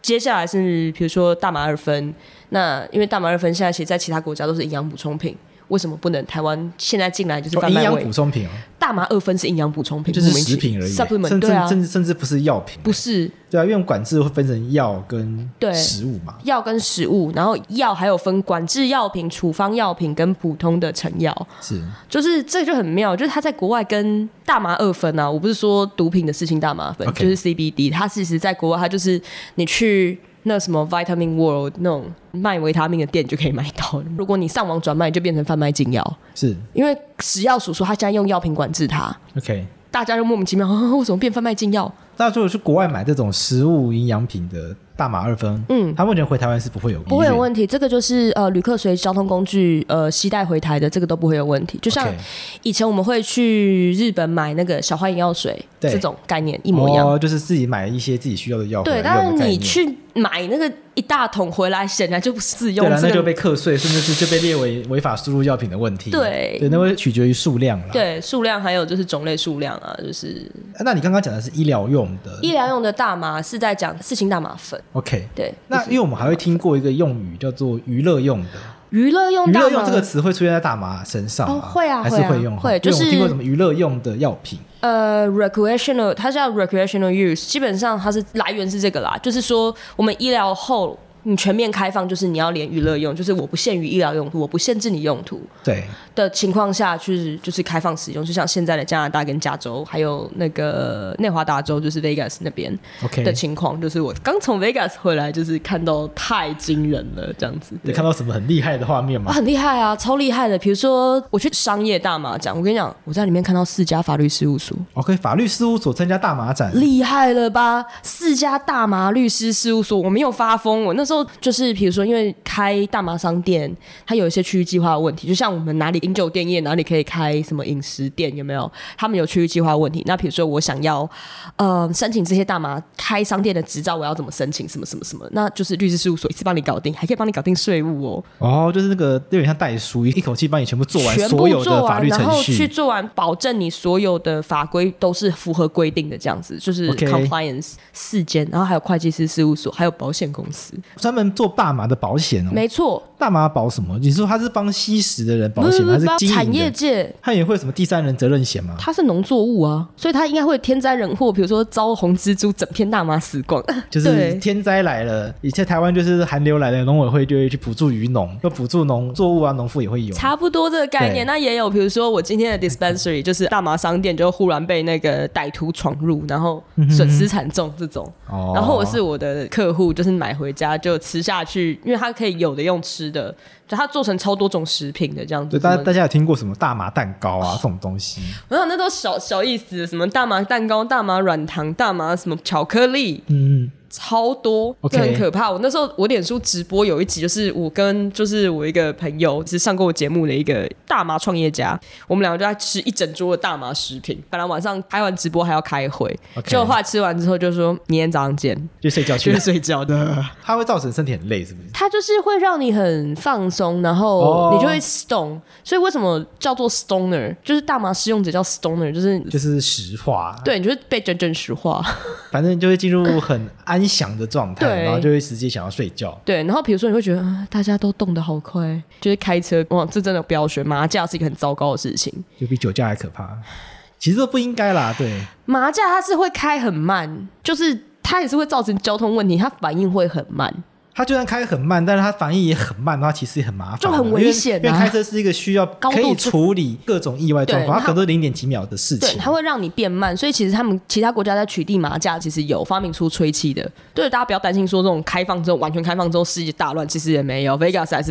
[SPEAKER 3] 接下来是比如说大麻二酚，那因为大麻二酚现在其实在其他国家都是营养补充品，为什么不能台湾现在进来就是
[SPEAKER 2] 哦
[SPEAKER 3] 贩
[SPEAKER 2] 营
[SPEAKER 3] 卖
[SPEAKER 2] 养
[SPEAKER 3] 为
[SPEAKER 2] 补充品哦，
[SPEAKER 3] 大麻二酚是营养补充品，
[SPEAKER 2] 就是
[SPEAKER 3] 哎莫名其
[SPEAKER 2] 食品而已，
[SPEAKER 3] ，supplement
[SPEAKER 2] 甚至
[SPEAKER 3] 对啊，
[SPEAKER 2] 甚至甚至不是药品，
[SPEAKER 3] 不是
[SPEAKER 2] 对啊，因为管制会分成药跟
[SPEAKER 3] 对
[SPEAKER 2] 食物嘛。
[SPEAKER 3] 药跟食物，然后药还有分管制药品、处方药品跟普通的成药。
[SPEAKER 2] 是
[SPEAKER 3] 就是这就很妙，就是他在国外跟大麻二分啊，我不是说毒品的事情大麻分
[SPEAKER 2] OK
[SPEAKER 3] 啊就是 CBD，它其实在国外它就是你去。那什么 Vitamin World 那种卖维他命的店就可以买到。如果你上网转卖，就变成贩卖禁药，
[SPEAKER 2] 是
[SPEAKER 3] 因为食药署说他现在用药品管制它，
[SPEAKER 2] OK。
[SPEAKER 3] 大家就莫名其妙，啊为什么变贩卖禁药？
[SPEAKER 2] 那如果去国外买这种食物营养品的大麻二酚，
[SPEAKER 3] 嗯
[SPEAKER 2] 它目前回台湾是不会有疑虑
[SPEAKER 3] 不会有问题，这个就是呃旅客随交通工具呃携带回台的，这个都不会有问题。就像
[SPEAKER 2] OK
[SPEAKER 3] 以前我们会去日本买那个小花眼药水，
[SPEAKER 2] 对
[SPEAKER 3] 这种概念一模一样。
[SPEAKER 2] 哦，就是自己买一些自己需要的药回来
[SPEAKER 3] 对，
[SPEAKER 2] 用的概
[SPEAKER 3] 但
[SPEAKER 2] 念。
[SPEAKER 3] 是你去买那个一大桶回来，显然就不适用
[SPEAKER 2] 对了，那
[SPEAKER 3] 这
[SPEAKER 2] 就
[SPEAKER 3] 个。
[SPEAKER 2] 被课税，甚至是就被列为违法输入药品的问题。
[SPEAKER 3] 对
[SPEAKER 2] 对，那会取决于数量了。
[SPEAKER 3] 对数量还有就是种类数量啊，就是
[SPEAKER 2] 啊，那你刚刚讲的是医疗用的
[SPEAKER 3] 医疗用的大麻是在讲四氢大麻粉，
[SPEAKER 2] ，OK？
[SPEAKER 3] 对，
[SPEAKER 2] 那因为我们还会听过一个用语叫做娱乐用的，
[SPEAKER 3] 娱乐用
[SPEAKER 2] 娱
[SPEAKER 3] 大麻
[SPEAKER 2] 乐用这个词会出现在大麻身上吗？
[SPEAKER 3] 哦会啊
[SPEAKER 2] 还是
[SPEAKER 3] 会啊
[SPEAKER 2] 用哈，
[SPEAKER 3] 会
[SPEAKER 2] 因为
[SPEAKER 3] 就是
[SPEAKER 2] 我听过什么娱乐用的药品，
[SPEAKER 3] 呃，recreational，它叫 recreational use，基本上它是来源是这个啦，就是说我们医疗后你全面开放，就是你要连娱乐用，就是我不限于医疗用途，我不限制你用途
[SPEAKER 2] 对，
[SPEAKER 3] 的情况下去就是开放使用，就像现在的加拿大跟加州，还有那个内华达州，就是 Vegas 那边
[SPEAKER 2] OK
[SPEAKER 3] 的情况，就是我刚从 Vegas 回来，就是看到太惊人了，这样子。
[SPEAKER 2] 你看到什么很厉害的画面
[SPEAKER 3] 啊，
[SPEAKER 2] 吗？
[SPEAKER 3] 很厉害啊，超厉害的！比如说，我去商业大麻展，我跟你讲，我在里面看到四家法律事务所，
[SPEAKER 2] OK，法哦律事务所参加大麻展，
[SPEAKER 3] 厉害了吧？四家大麻律师事务所，我没有发疯。我那时候就是，比如说，因为开大麻商店，它有一些区域计划的问题，就像我们哪里饮酒店业，哪里可以开什么饮食店，有没有？他们有区域计划问题。那比如说，我想要呃申请这些大麻开商店的执照，我要怎么申请？什么什么什么？那就是律师事务所一次帮你搞定，还可以帮你搞定税务哦，
[SPEAKER 2] 哦，就是那个有点像代书，一一口气帮你全部做完
[SPEAKER 3] 全
[SPEAKER 2] 所
[SPEAKER 3] 部
[SPEAKER 2] 有
[SPEAKER 3] 做
[SPEAKER 2] 的法
[SPEAKER 3] 完，
[SPEAKER 2] 律
[SPEAKER 3] 然
[SPEAKER 2] 程
[SPEAKER 3] 后去
[SPEAKER 2] 序。
[SPEAKER 3] 做完，保证你所有的法规都是符合规定的，这样子就是
[SPEAKER 2] OK
[SPEAKER 3] compliance 四间，然后还有会计师事务所，还有保险公司，
[SPEAKER 2] 专门做大麻的保险哦，
[SPEAKER 3] 没错，
[SPEAKER 2] 大麻保什么？你说他是帮吸食的人保
[SPEAKER 3] 不是
[SPEAKER 2] 险，
[SPEAKER 3] 不
[SPEAKER 2] 还
[SPEAKER 3] 是
[SPEAKER 2] 是
[SPEAKER 3] 不
[SPEAKER 2] 经
[SPEAKER 3] 是产
[SPEAKER 2] 营
[SPEAKER 3] 业
[SPEAKER 2] 的？
[SPEAKER 3] 界。
[SPEAKER 2] 他也会有什么第三人责任险吗？
[SPEAKER 3] 它是农作物啊，所以它应该会天灾人祸，比如说遭红蜘蛛整片大麻死 光，
[SPEAKER 2] 就是
[SPEAKER 3] 对
[SPEAKER 2] 天灾来了，以前台湾就是寒流来了，农委会就会去补助渔农，要补助农作物啊，农夫也会有。
[SPEAKER 3] 差不多这个概念。
[SPEAKER 2] 对
[SPEAKER 3] 那也有，比如说我今天的 dispensary 就是大麻商店，就忽然被那个歹徒闯入，然后
[SPEAKER 2] 嗯
[SPEAKER 3] 损失惨重这种。
[SPEAKER 2] 哦
[SPEAKER 3] 然后我是我的客户，就是买回家就吃下去，因为它可以有的用吃的，就它做成超多种食品的这样
[SPEAKER 2] 对
[SPEAKER 3] 子。
[SPEAKER 2] 大家
[SPEAKER 3] 什么哦
[SPEAKER 2] 大家有听过什么大麻蛋糕啊、这种东西？
[SPEAKER 3] 然后那都小小意思，什么大麻蛋糕、大麻软糖、大麻什么巧克力，
[SPEAKER 2] 嗯，
[SPEAKER 3] 超多，
[SPEAKER 2] OK
[SPEAKER 3] 这很可怕。我那时候我脸书直播有一集，就是我跟就是我一个朋友是上过我节目的一个大麻创业家，我们两个就在吃一整桌的大麻食品。本来晚上开完直播还要开会
[SPEAKER 2] OK
[SPEAKER 3] 就后来吃完之后就说明天早上见，
[SPEAKER 2] 就睡觉去啊
[SPEAKER 3] 去，睡觉的。
[SPEAKER 2] 它会造成身体很累，是不是？
[SPEAKER 3] 它就是会让你很放松，然
[SPEAKER 2] 哦
[SPEAKER 3] 后你就会 stone。所以为什么叫做 stoner？就是大麻使用者叫 stoner，就是
[SPEAKER 2] 就是石化，
[SPEAKER 3] 对，你就会被真正石化。
[SPEAKER 2] 反正就会进入很安详的状态，
[SPEAKER 3] 对
[SPEAKER 2] 然后就会直接想要睡觉。
[SPEAKER 3] 对，然后比如说你会觉得、啊大家都动得好快，就是开车哇，这真的不要学。麻将是一个很糟糕的事情，
[SPEAKER 2] 就比酒驾还可怕。其实都不应该啦，对，
[SPEAKER 3] 麻将它是会开很慢，就是它也是会造成交通问题，它反应会很慢。
[SPEAKER 2] 他就算开很慢，但是他反应也很慢，然后其实也很麻烦，
[SPEAKER 3] 就很危险啊
[SPEAKER 2] 因为因为开车是一个需要
[SPEAKER 3] 高度
[SPEAKER 2] 可以处理各种意外状况，
[SPEAKER 3] 对
[SPEAKER 2] 它可能都零点几秒的事
[SPEAKER 3] 对，
[SPEAKER 2] 情
[SPEAKER 3] 它。会让你变慢，所以其实他们其他国家在取缔麻将，其实有发明出吹气的。对，大家不要担心说这种开放之后完全开放之后世界大乱，其实也没有，Vegas 还是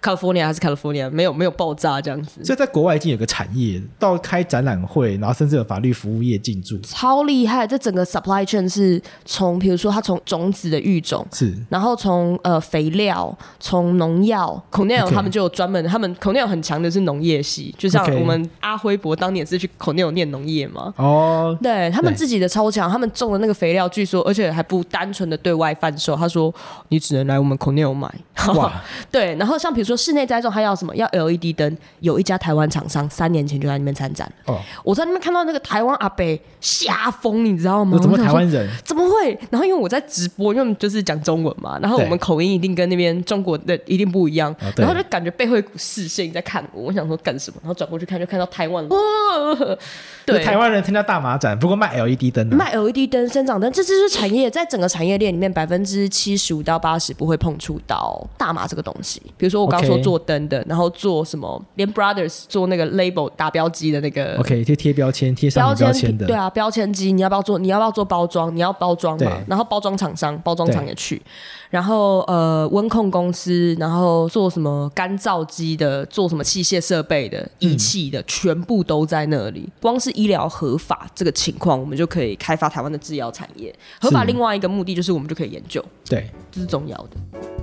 [SPEAKER 3] Vegas，California 还是 California，没有没有爆炸这样子，
[SPEAKER 2] 所以在国外已经有个产业，到开展览会，然后甚至有法律服务业进驻，
[SPEAKER 3] 超厉害！这整个 supply chain 是从比如说它从种子的育种。
[SPEAKER 2] 是
[SPEAKER 3] 然后从呃肥料，从农药，Cornell
[SPEAKER 2] OK
[SPEAKER 3] 他们就有专门，他们 Cornell 很强的是农业系，就像
[SPEAKER 2] OK
[SPEAKER 3] 我们阿辉伯当年是去 Cornell 念农业嘛，
[SPEAKER 2] 哦，
[SPEAKER 3] 对他们
[SPEAKER 2] 对
[SPEAKER 3] 自己的超强，他们种的那个肥料，据说而且还不单纯的对外贩售。他说你只能来我们 Cornell 买。
[SPEAKER 2] 哇，
[SPEAKER 3] 对，然后像比如说室内栽种，还要什么要 LED 灯，有一家台湾厂商三年前就在那边参展，
[SPEAKER 2] 哦，
[SPEAKER 3] 我在那边看到那个台湾阿北吓疯，你知道吗
[SPEAKER 2] 那？怎么
[SPEAKER 3] 我想
[SPEAKER 2] 台
[SPEAKER 3] 说
[SPEAKER 2] 湾人
[SPEAKER 3] 怎么会？然后因为我在直播，因为我们就是讲中文嘛，然后我
[SPEAKER 2] 对
[SPEAKER 3] 们口音一定跟那边中国的一定不一样，
[SPEAKER 2] 啊对
[SPEAKER 3] 然后就感觉背后有一股视线在看我，我想说干什么？然后转过去看，就看到台湾，哇对，
[SPEAKER 2] 就台湾人参加大麻展，不过卖 LED 灯啊的，
[SPEAKER 3] 卖 LED 灯、生长灯，这就是产业在整个产业链里面百分之七十五到八十不会碰触到大麻这个东西。比如说我刚刚说
[SPEAKER 2] OK
[SPEAKER 3] 做灯的，然后做什么，连 Brothers 做那个 label 打标机的那个
[SPEAKER 2] OK，贴贴标签，贴商
[SPEAKER 3] 标
[SPEAKER 2] 品标签的，
[SPEAKER 3] 对啊，标签机你要不要做？你要不要做包装？你要包装嘛
[SPEAKER 2] 对？
[SPEAKER 3] 然后包装厂商，包装厂
[SPEAKER 2] 对
[SPEAKER 3] 也去，然后呃温控公司，然后做什么干燥机的，做什么器械设备的、
[SPEAKER 2] 嗯
[SPEAKER 3] 仪器的，全部都在那里。光是医疗合法这个情况，我们就可以开发台湾的制药产业。合法
[SPEAKER 2] 是
[SPEAKER 3] 另外一个目的就是我们就可以研究，
[SPEAKER 2] 对
[SPEAKER 3] 这是重要的。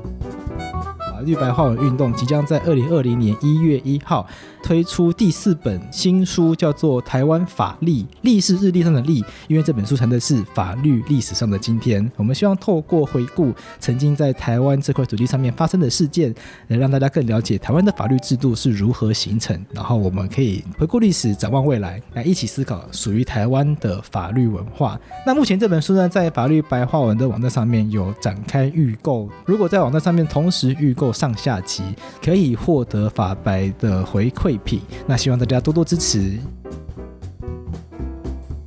[SPEAKER 2] 啊，绿白花纹运动即将在二零二零年一月一号推出第四本新书，叫做《台湾法历》，历是日历上的历，因为这本书谈的是法律历史上的今天。我们希望透过回顾曾经在台湾这块土地上面发生的事件，能让大家更了解台湾的法律制度是如何形成，然后我们可以回顾历史，展望未来，来一起思考属于台湾的法律文化。那目前这本书呢，在法律白话文的网站上面有展开预购，如果在网站上面同时预购上下集，可以获得法白的回馈品。那希望大家多多支持。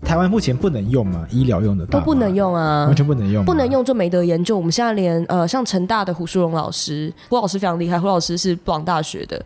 [SPEAKER 2] 台湾目前不能用嘛，医疗用的大
[SPEAKER 3] 都
[SPEAKER 2] 麻
[SPEAKER 3] 不能、用啊
[SPEAKER 2] 完。全不能用，
[SPEAKER 3] 不能。用就没得研究。我们现在连呃，像成大的胡淑荣老师，胡老师非常厉害，胡老师是布朗大学的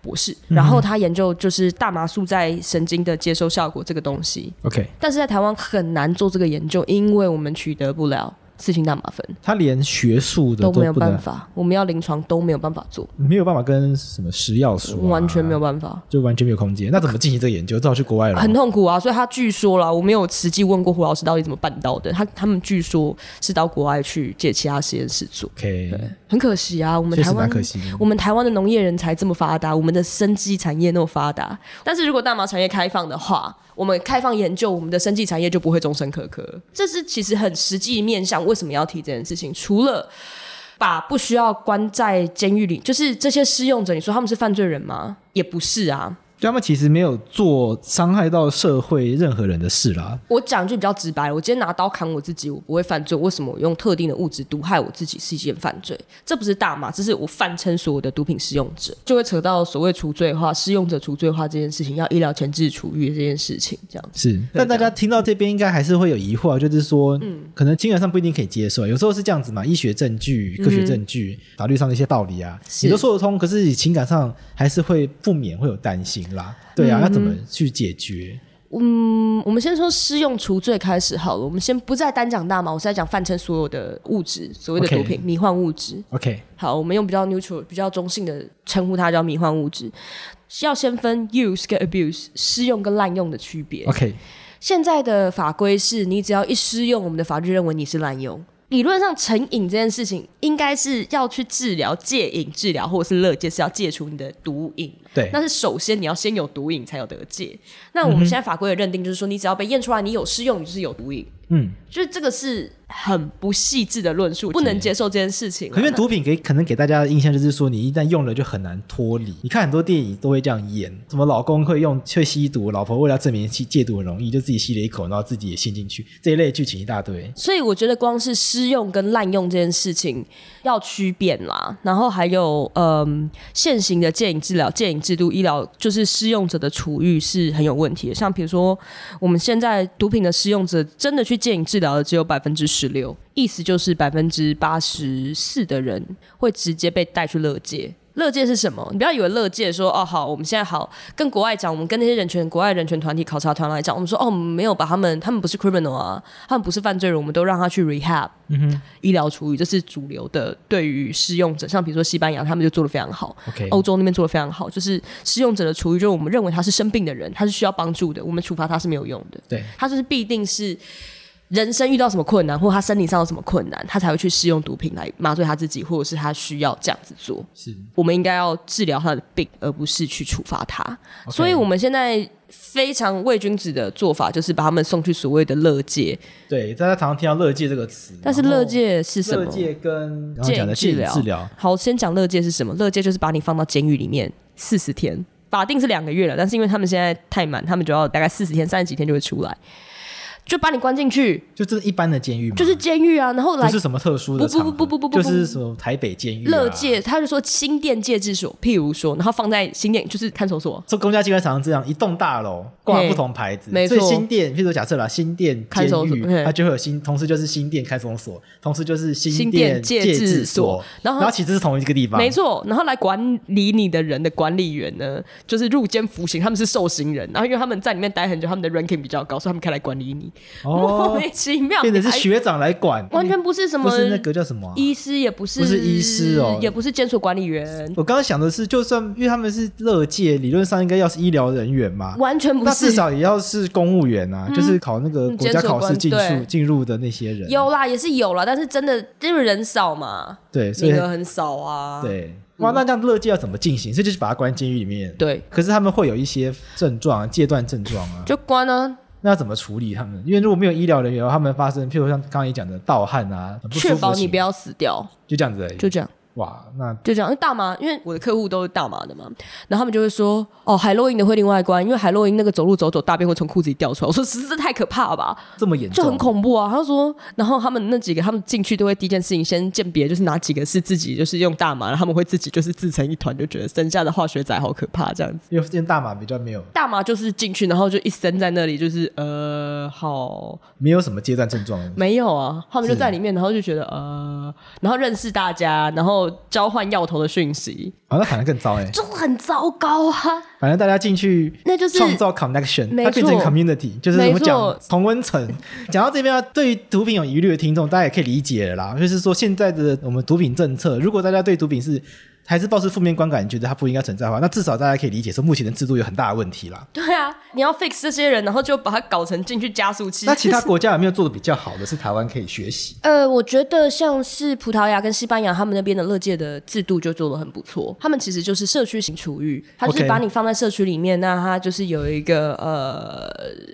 [SPEAKER 3] 博士，
[SPEAKER 2] 嗯
[SPEAKER 3] 然后他研究就是大麻素在神经的接收效果这个东西，
[SPEAKER 2] OK，
[SPEAKER 3] 但是在台湾很难做这个研究，因为我们取得不了四氢大麻酚，
[SPEAKER 2] 他连学术的
[SPEAKER 3] 都
[SPEAKER 2] 不
[SPEAKER 3] 没有办
[SPEAKER 2] 能，
[SPEAKER 3] 法，我们要临床都没有办法做，
[SPEAKER 2] 没有办法跟什么食药署、啊
[SPEAKER 3] 完全没有，办法。
[SPEAKER 2] 就完全没有空间。那怎么进行这个研究？只好去国外了。
[SPEAKER 3] 很痛苦啊，所以他据说啦，我没有实际问过胡老师到底怎么办到的。他他们据说是到国外去借其他实验室做，
[SPEAKER 2] OK，
[SPEAKER 3] 很可惜啊，我们
[SPEAKER 2] 确
[SPEAKER 3] 台
[SPEAKER 2] 实
[SPEAKER 3] 湾
[SPEAKER 2] 蛮可惜的。
[SPEAKER 3] 我们台湾的农业人才这么发达，我们的生技产业那么发达，但是如果大麻产业开放的话，我们开放研究，我们的生技产业就不会终身可科。这是其实很实际面向，为什么要提这件事情？除了把不需要关在监狱里，就是这些施用者，你说他们是犯罪人吗？也不是啊。
[SPEAKER 2] 就他们其实没有做伤害到社会任何人的事啦。
[SPEAKER 3] 我讲句比较直白，我今天拿刀砍我自己，我不会犯罪。为什么我用特定的物质毒害我自己是一件犯罪？这不是大麻，这是我泛称所有的毒品使用者，就会扯到所谓除罪化、施用者除罪化这件事情，要医疗前置处遇这件事情，这样子。
[SPEAKER 2] 是，但大家听到这边应该还是会有疑惑啊，就是说，
[SPEAKER 3] 嗯
[SPEAKER 2] 可能金额上不一定可以接受，啊有时候是这样子嘛，医学证据、科学证据、法律上的一些道理啊，
[SPEAKER 3] 嗯是
[SPEAKER 2] 你都说得通，可是你情感上还是会不免会有担心啦。对啊，那怎么去解决？
[SPEAKER 3] 嗯，我们先说施用除罪开始好了，我们先不再单讲大麻，我是在讲泛称所有的物质，所谓的
[SPEAKER 2] OK
[SPEAKER 3] 毒品、迷幻物质。
[SPEAKER 2] OK，
[SPEAKER 3] 好，我们用比较 neutral、比较中性的称呼它叫迷幻物质。要先分 use 跟 abuse，施用跟滥用的区别。
[SPEAKER 2] OK，
[SPEAKER 3] 现在的法规是你只要一施用，我们的法律认为你是滥用。理论上，成瘾这件事情应该是要去治疗、戒瘾治疗，或者是乐戒，是要戒除你的毒瘾。
[SPEAKER 2] 对，
[SPEAKER 3] 但是首先你要先有毒瘾才有得戒。那我们现在法规的认定就是说，你只要被验出来你有施用，你就是有毒瘾。
[SPEAKER 2] 嗯，
[SPEAKER 3] 就是这个是很不细致的论述，不能接受这件事情啊。
[SPEAKER 2] 可因为毒品给可能给大家的印象就是说，你一旦用了就很难脱离。你看很多电影都会这样演，什么老公会用会吸毒，老婆为了证明吸戒毒很容易，就自己吸了一口，然后自己也陷进去，这一类剧情一大堆。
[SPEAKER 3] 所以我觉得光是施用跟滥用这件事情要区变啦，然后还有嗯，现行的戒瘾治疗、戒瘾制度、医疗就是施用者的处遇是很有问题的。像比如说，我们现在毒品的施用者真的去戒瘾治疗的只有百分之十六，意思就是百分之八十四的人会直接被带去乐戒。乐界是什么？你不要以为乐界说哦好，我们现在好跟国外讲，我们跟那些人权国外人权团体考察团来讲，我们说哦，我们没有把他们，他们不是 criminal 啊，他们不是犯罪人，我们都让他去 rehab，、医疗处遇，这是主流的对于施用者，像比如说西班牙，他们就做的非常好。
[SPEAKER 2] OK，
[SPEAKER 3] 欧洲那边做的非常好，就是施用者的处遇，就是我们认为他是生病的人，他是需要帮助的，我们处罚他是没有用的。
[SPEAKER 2] 对，
[SPEAKER 3] 他就是必定是人生遇到什么困难，或他生理上有什么困难，他才会去试用毒品来麻醉他自己，或者是他需要这样子做。
[SPEAKER 2] 是
[SPEAKER 3] 我们应该要治疗他的病，而不是去处罚他。
[SPEAKER 2] OK
[SPEAKER 3] 所以我们现在非常伪君子的做法，就是把他们送去所谓的乐界。
[SPEAKER 2] 对大家常常听到乐界这个词，
[SPEAKER 3] 但是
[SPEAKER 2] 然后
[SPEAKER 3] 乐界是什么
[SPEAKER 2] 乐？界跟刚刚讲的
[SPEAKER 3] 戒
[SPEAKER 2] 戒
[SPEAKER 3] 瘾治
[SPEAKER 2] 瘾
[SPEAKER 3] 疗
[SPEAKER 2] 治疗，
[SPEAKER 3] 好，先讲乐界是什么？乐界就是把你放到监狱里面四十天，法定是两个月了，但是因为他们现在太满，他们就要大概四十天、三十几天就会出来。就把你关进去，
[SPEAKER 2] 就这是一般的监狱吗？
[SPEAKER 3] 就是监狱啊，然后
[SPEAKER 2] 不
[SPEAKER 3] 来
[SPEAKER 2] 是什么特殊
[SPEAKER 3] 不
[SPEAKER 2] 的
[SPEAKER 3] 不
[SPEAKER 2] 场合，
[SPEAKER 3] 不不不不不
[SPEAKER 2] 就是什么台北监狱、啊、
[SPEAKER 3] 乐界，他就说新店戒治所，譬如说，然后放在新店就是看守所，
[SPEAKER 2] 这公家机关常常这样，一栋大楼挂
[SPEAKER 3] 嘿
[SPEAKER 2] 不同牌子，
[SPEAKER 3] 没
[SPEAKER 2] 所以
[SPEAKER 3] 错
[SPEAKER 2] 新店，譬如说假设啦，新店监
[SPEAKER 3] 看守所
[SPEAKER 2] 狱
[SPEAKER 3] 嘿，
[SPEAKER 2] 它就会有新，同时就是新店看守所，同时就是
[SPEAKER 3] 新
[SPEAKER 2] 店
[SPEAKER 3] 店
[SPEAKER 2] 戒
[SPEAKER 3] 戒
[SPEAKER 2] 治
[SPEAKER 3] 治所然后
[SPEAKER 2] 然后其实是同一个地方，
[SPEAKER 3] 没错，然后来管理你的人的管理员呢，就是入监服刑，他们是受刑人，然后因为他们在里面待很久，他们的 ranking 比较高，所以他们可以来管理你。 莫
[SPEAKER 2] 哦，
[SPEAKER 3] 名其妙，
[SPEAKER 2] 变成是
[SPEAKER 3] 你还
[SPEAKER 2] 学长来管，
[SPEAKER 3] 完全不是什么
[SPEAKER 2] 不是那个叫什么啊、
[SPEAKER 3] 医师，也不是
[SPEAKER 2] 不是医师哦
[SPEAKER 3] 也不是监所管理员，
[SPEAKER 2] 我刚刚想的是，就算因为他们是乐界，理论上应该要是医疗人员嘛，
[SPEAKER 3] 完全不
[SPEAKER 2] 那
[SPEAKER 3] 是
[SPEAKER 2] 至。少也要是公务员啊，就是考那个国家考试进
[SPEAKER 3] 嗯监所
[SPEAKER 2] 入
[SPEAKER 3] 官
[SPEAKER 2] 进入的那些人。
[SPEAKER 3] 有啦，也是有啦，但是真的因为人少嘛，
[SPEAKER 2] 对，所以
[SPEAKER 3] 名额很少啊。
[SPEAKER 2] 对，哇，那这样乐界要怎么进行？所以就是把他关监狱里面。，
[SPEAKER 3] 对，
[SPEAKER 2] 可是他们会有一些症状啊，戒断症状啊，
[SPEAKER 3] 就关啊，
[SPEAKER 2] 那要怎么处理他们？因为如果没有医疗人员，他们发生，譬如像刚刚你讲的盗汗啊，很不舒服
[SPEAKER 3] 确
[SPEAKER 2] 的
[SPEAKER 3] 保你
[SPEAKER 2] 情
[SPEAKER 3] 不要死掉，
[SPEAKER 2] 就这样子而已。
[SPEAKER 3] 就这样。
[SPEAKER 2] 哇，那
[SPEAKER 3] 就这样，因为大麻，因为我的客户都是大麻的嘛，然后他们就会说，哦，海洛因的会另外关，因为海洛因那个走路走走，大便会从裤子里掉出来。我说，实在太可怕了吧，
[SPEAKER 2] 这么严重，
[SPEAKER 3] 就很恐怖啊。他说，然后他们那几个，他们进去都会第一件事情先鉴别，就是哪几个是自己就是用大麻，然后他们会自己就是自成一团，就觉得剩下的化学仔好可怕这样子。
[SPEAKER 2] 因为因为大麻比较没有
[SPEAKER 3] 大麻就是进去，然后就一生在那里，就是呃，好
[SPEAKER 2] 没有什么戒断症状，
[SPEAKER 3] 没有啊，他们就是在里面，然后就觉得呃，然后认识大家，然后交换药头的讯息，
[SPEAKER 2] 啊，那反而更糟哎。
[SPEAKER 3] 就很糟糕啊。
[SPEAKER 2] 反正大家进去
[SPEAKER 3] 那就是
[SPEAKER 2] 创造 connection，
[SPEAKER 3] 没
[SPEAKER 2] 它变成
[SPEAKER 3] 错
[SPEAKER 2] community，就是我们
[SPEAKER 3] 没错
[SPEAKER 2] 讲同温层。讲到这边啊，对于毒品有疑虑的听众，大家也可以理解了啦。就是说，现在的我们毒品政策，如果大家对毒品是还是抱持负面观感，觉得它不应该存在的话，那至少大家可以理解说，目前的制度有很大的问题啦。
[SPEAKER 3] 对啊，你要 fix 这些人，然后就把它搞成进去加速器。
[SPEAKER 2] 那其他国家有没有做的比较好的，是台湾可以学习？
[SPEAKER 3] 呃，我觉得像是葡萄牙跟西班牙他们那边的乐界的制度就做的很不错，他们其实就是社区型处遇，他就是
[SPEAKER 2] OK
[SPEAKER 3] 把你放在社区里面，那他就是有一个呃，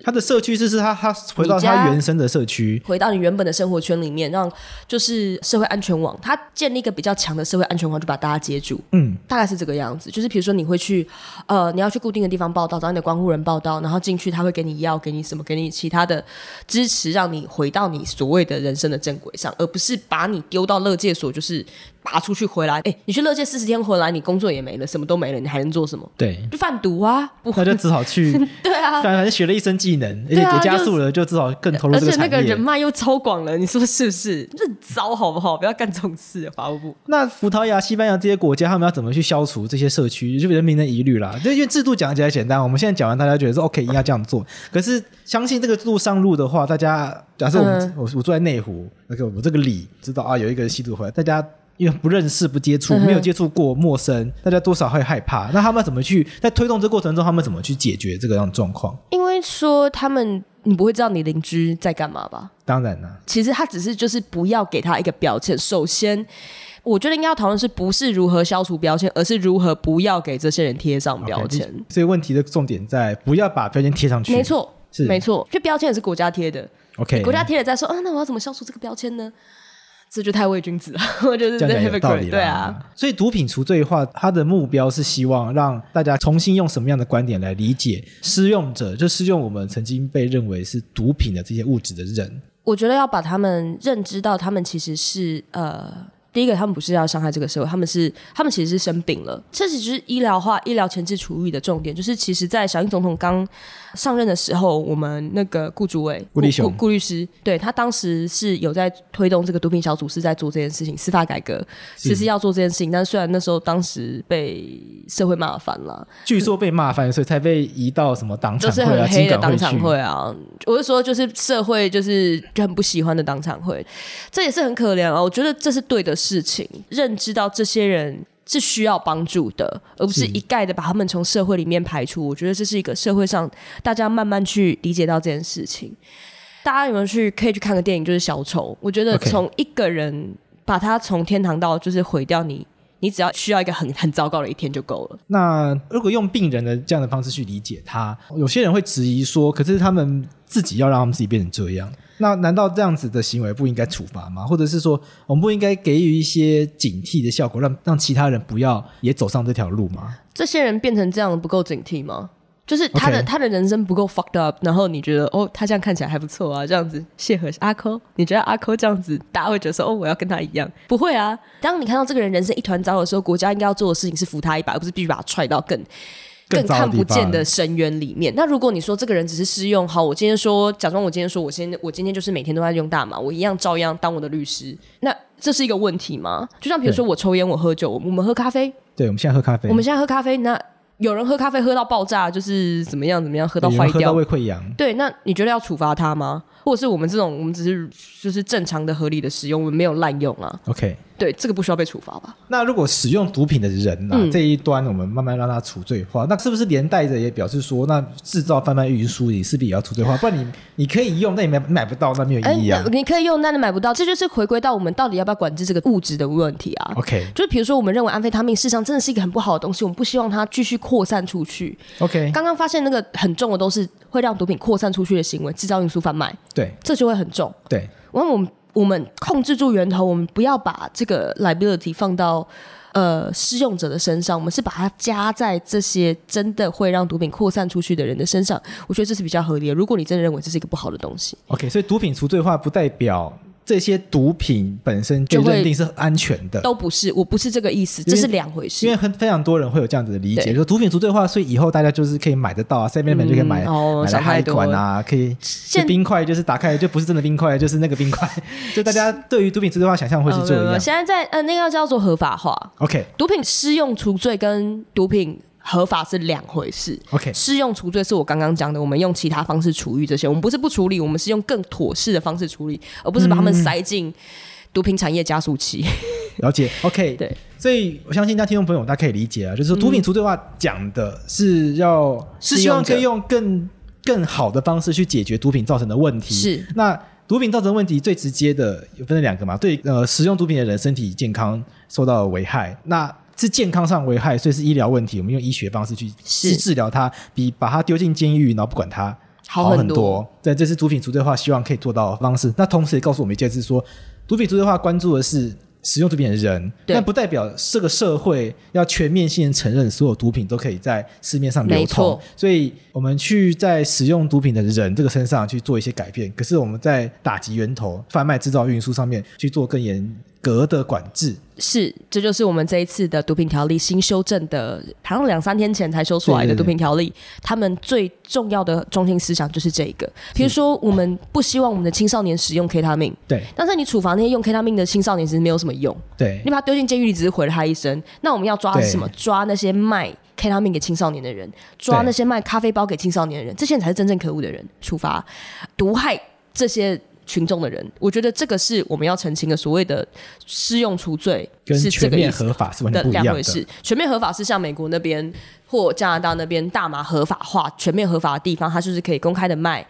[SPEAKER 2] 他的社区是是他他回到
[SPEAKER 3] 你家
[SPEAKER 2] 他原生的社区，
[SPEAKER 3] 回到你原本的生活圈里面，让就是社会安全网，他建立一个比较强的社会安全网，就把大家接住。
[SPEAKER 2] 嗯，
[SPEAKER 3] 大概是这个样子，就是比如说你会去，呃，你要去固定的地方报道，找你的关护人报道，然后进去他会给你药，给你什么，给你其他的支持，让你回到你所谓的人生的正轨上，而不是把你丢到乐界所，就是拔出去回来，哎，你去乐界四十天回来，你工作也没了，什么都没了，你还能做什么？
[SPEAKER 2] 对，
[SPEAKER 3] 就贩毒啊，不
[SPEAKER 2] 那就只好去，
[SPEAKER 3] 对啊。
[SPEAKER 2] 反正学了一身技能，而且
[SPEAKER 3] 对啊
[SPEAKER 2] 也加
[SPEAKER 3] 就
[SPEAKER 2] 速了，就至少更投入
[SPEAKER 3] 而
[SPEAKER 2] 这个
[SPEAKER 3] 且
[SPEAKER 2] 产业。
[SPEAKER 3] 那个人脉又超广了，你说是不是？ 这很糟好不好？不要干这种事，法务部。
[SPEAKER 2] 那葡萄牙、西班牙这些国家，他们要怎么去消除这些社区就人民的疑虑啦？就因为制度讲起来简单，我们现在讲完，大家觉得说 OK，应该这样做。可是相信这个制度上路的话，大家假设我们、
[SPEAKER 3] 嗯
[SPEAKER 2] 我我住在内湖，那个我这个里知道啊，有一个人吸毒回来，大家。因为不认识、不接触，
[SPEAKER 3] 嗯哼
[SPEAKER 2] 没有接触过陌生，大家多少会害怕。那他们要怎么去在推动这过程中，他们怎么去解决这个样的状况？
[SPEAKER 3] 因为说他们，你不会知道你邻居在干嘛吧？
[SPEAKER 2] 当然啦，
[SPEAKER 3] 其实他只是就是不要给他一个标签。首先，我觉得应该要讨论是不是如何消除标签，而是如何不要给这些人贴上标签。
[SPEAKER 2] OK，所以问题的重点在不要把标签贴上去。
[SPEAKER 3] 没错，
[SPEAKER 2] 是
[SPEAKER 3] 没错，就标签也是国家贴的，
[SPEAKER 2] ，OK，
[SPEAKER 3] 国家贴了再说啊，那我要怎么消除这个标签呢？这就太伪君子了， 我觉得
[SPEAKER 2] 这
[SPEAKER 3] 这
[SPEAKER 2] 样讲有道
[SPEAKER 3] hypocrite，
[SPEAKER 2] 理啦
[SPEAKER 3] 对啊。。
[SPEAKER 2] 所以毒品除罪化，它的目标是希望让大家重新用什么样的观点来理解施用者，就施用我们曾经被认为是毒品的这些物质的人。
[SPEAKER 3] 我觉得要把他们认知到，他们其实是呃，第一个，他们不是要伤害这个社会，他们是他们其实是生病了。这其实是医疗化、医疗前置处遇的重点，就是其实，在小英总统刚上任的时候，我们那个顾主委
[SPEAKER 2] 顾立雄
[SPEAKER 3] 顾顾律师，对他当时是有在推动这个毒品小组是在做这件事情，司法改革其实要做这件事情，但虽然那时候当时被社会骂翻了，
[SPEAKER 2] 据说被骂翻，所以才被移到什么党
[SPEAKER 3] 就
[SPEAKER 2] 产
[SPEAKER 3] 是
[SPEAKER 2] 会啊、
[SPEAKER 3] 很黑
[SPEAKER 2] 金
[SPEAKER 3] 的
[SPEAKER 2] 港
[SPEAKER 3] 当
[SPEAKER 2] 去
[SPEAKER 3] 场。会啊，我是说，就是社会就是就很不喜欢的当场会，这也是很可怜啊。我觉得这是对的事情，认知到这些人是需要帮助的，而不是
[SPEAKER 2] 是
[SPEAKER 3] 一概的把他们从社会里面排除。我觉得这是一个社会上大家慢慢去理解到这件事情。大家有没有去可以去看个电影，就是《小丑》？我觉得
[SPEAKER 2] OK
[SPEAKER 3] 从一个人把他从天堂到就是毁掉你，你只要需要一个很很糟糕的一天就够了。
[SPEAKER 2] 那如果用病人的这样的方式去理解他，有些人会质疑说，可是他们自己要让他们自己变成这样，那难道这样子的行为不应该处罚吗？或者是说，我们不应该给予一些警惕的效果，让让其他人不要也走上这条路吗？
[SPEAKER 3] 这些人变成这样不够警惕吗？就是他的
[SPEAKER 2] OK
[SPEAKER 3] 他的人生不够 fucked up，然后你觉得哦，他这样看起来还不错啊，这样子谢和阿抠，你觉得阿抠这样子，大家会觉得说哦，我要跟他一样？不会啊，当你看到这个人人生一团糟的时候，国家应该要做的事情是扶他一把，而不是必须把他踹到更
[SPEAKER 2] 更
[SPEAKER 3] 更
[SPEAKER 2] 糟的
[SPEAKER 3] 看
[SPEAKER 2] 地
[SPEAKER 3] 不见
[SPEAKER 2] 方
[SPEAKER 3] 的深渊里面。那如果你说这个人只是试用，好，我今天说假装我今天说我先我今天就是每天都在用大麻，我一样照样当我的律师，那这是一个问题吗？就像比如说我抽烟，我喝酒，我们喝咖啡，
[SPEAKER 2] 对，我们现在喝咖啡，
[SPEAKER 3] 我们现在喝咖啡，那有人喝咖啡喝到爆炸，就是怎么样怎么样，喝
[SPEAKER 2] 喝
[SPEAKER 3] 到坏
[SPEAKER 2] 喝到
[SPEAKER 3] 掉。
[SPEAKER 2] 胃溃疡，
[SPEAKER 3] 对，那你觉得要处罚他吗？或者是我们这种，我们只是就是正常的、合理的使用，我们没有滥用啊。
[SPEAKER 2] OK。
[SPEAKER 3] 对，这个不需要被处罚吧？
[SPEAKER 2] 那如果使用毒品的人啊，
[SPEAKER 3] 嗯
[SPEAKER 2] 这一端我们慢慢让他除罪化，那是不是连带着也表示说，那制造、贩卖、运输，你势必也要除罪化？不然你你可以用，但你买买不到，那没有
[SPEAKER 3] 哎
[SPEAKER 2] 意义啊
[SPEAKER 3] 那。你可以用，但你买不到，这就是回归到我们到底要不要管制这个物质的问题啊。
[SPEAKER 2] OK
[SPEAKER 3] 就是比如说，我们认为安非他命事实上真的是一个很不好的东西，我们不希望它继续扩散出去。
[SPEAKER 2] OK，
[SPEAKER 3] 刚刚发现那个很重的都是会让毒品扩散出去的行为，制造、运输、贩卖，
[SPEAKER 2] 对
[SPEAKER 3] 这就会很重。
[SPEAKER 2] 对，
[SPEAKER 3] 然后我们我们控制住源头，我们不要把这个 liability 放到呃施用者的身上，我们是把它加在这些真的会让毒品扩散出去的人的身上。我觉得这是比较合理的。如果你真的认为这是一个不好的东西，
[SPEAKER 2] OK，所以毒品除罪化不代表这些毒品本身就
[SPEAKER 3] 就会
[SPEAKER 2] 认定是安全的，
[SPEAKER 3] 都不是，我不是这个意思，
[SPEAKER 2] 因为
[SPEAKER 3] 这是两回
[SPEAKER 2] 因
[SPEAKER 3] 事
[SPEAKER 2] 为。很非常多人会有这样子的理解，
[SPEAKER 3] 对
[SPEAKER 2] 说毒品除罪化，所以以后大家就是可以买得到啊，seven eleven 就可以买，
[SPEAKER 3] 哦
[SPEAKER 2] 买来
[SPEAKER 3] 想太
[SPEAKER 2] 嗨
[SPEAKER 3] 多
[SPEAKER 2] 管啊，可以
[SPEAKER 3] 现
[SPEAKER 2] 就冰块就是打开就不是真的冰块，就是那个冰块， 就大家对于毒品除罪化想象会是
[SPEAKER 3] 呃
[SPEAKER 2] 这
[SPEAKER 3] 没有没有
[SPEAKER 2] 样。
[SPEAKER 3] 现在在呃那个叫做合法化，
[SPEAKER 2] OK
[SPEAKER 3] 毒品施用除罪跟毒品合法是两回事。
[SPEAKER 2] OK
[SPEAKER 3] 适用除罪是我刚刚讲的，我们用其他方式处遇这些，我们不是不处理，我们是用更妥适的方式处理，而不是把
[SPEAKER 2] 嗯
[SPEAKER 3] 他们塞进毒品产业加速器。
[SPEAKER 2] 了解 OK
[SPEAKER 3] 对，嗯
[SPEAKER 2] 所以我相信那听众朋友大家可以理解啊，就是说毒品除罪化讲的是要
[SPEAKER 3] 是
[SPEAKER 2] 希望
[SPEAKER 3] 用者
[SPEAKER 2] 可以用更更好的方式去解决毒品造成的问题。
[SPEAKER 3] 是
[SPEAKER 2] 那毒品造成的问题最直接的有分成两个嘛，对呃使用毒品的人身体健康受到了危害，那是健康上危害，所以是医疗问题，我们用医学方式去
[SPEAKER 3] 是
[SPEAKER 2] 去治疗它，比把它丢进监狱然后不管它。
[SPEAKER 3] 好
[SPEAKER 2] 很
[SPEAKER 3] 很多
[SPEAKER 2] 对，这是毒品除罪化希望可以做到的方式。那同时也告诉我们一件事说毒品除罪化关注的是使用毒品的人，
[SPEAKER 3] 对
[SPEAKER 2] 但不代表这个社会要全面性承认所有毒品都可以在市面上流
[SPEAKER 3] 没
[SPEAKER 2] 通
[SPEAKER 3] 错。
[SPEAKER 2] 所以，我们去在使用毒品的人这个身上去做一些改变，可是我们在打击源头、贩卖、制造、运输上面去做更严格的管制。
[SPEAKER 3] 是，这就是我们这一次的毒品条例新修正的，好像两三天前才修出来
[SPEAKER 2] 对
[SPEAKER 3] 的
[SPEAKER 2] 对对
[SPEAKER 3] 毒品条例，他们最重要的中心思想就是这一个。比如说，我们不希望我们的青少年使用 K 他命，
[SPEAKER 2] 对
[SPEAKER 3] 但是你处罚那些用 K 他命的青少年其实没有什么用。
[SPEAKER 2] 对
[SPEAKER 3] 你把他丢进监狱里，只是毁了他一生。那我们要抓的是什么？抓那些卖 K 他命给青少年的人，抓
[SPEAKER 2] 对
[SPEAKER 3] 那些卖咖啡包给青少年的人，这些人才是真正可恶的人，处罚毒害这些群众的人。我觉得这个是我们要澄清的，所谓的适用除罪
[SPEAKER 2] 跟
[SPEAKER 3] 是这
[SPEAKER 2] 全
[SPEAKER 3] 个意
[SPEAKER 2] 面
[SPEAKER 3] 思。
[SPEAKER 2] 合法是完
[SPEAKER 3] 的
[SPEAKER 2] 全不一样
[SPEAKER 3] 两回
[SPEAKER 2] 的。
[SPEAKER 3] 事，全面合法是像美国那边或加拿大那边大麻合法化、全面合法的地方，它就是可以公开的卖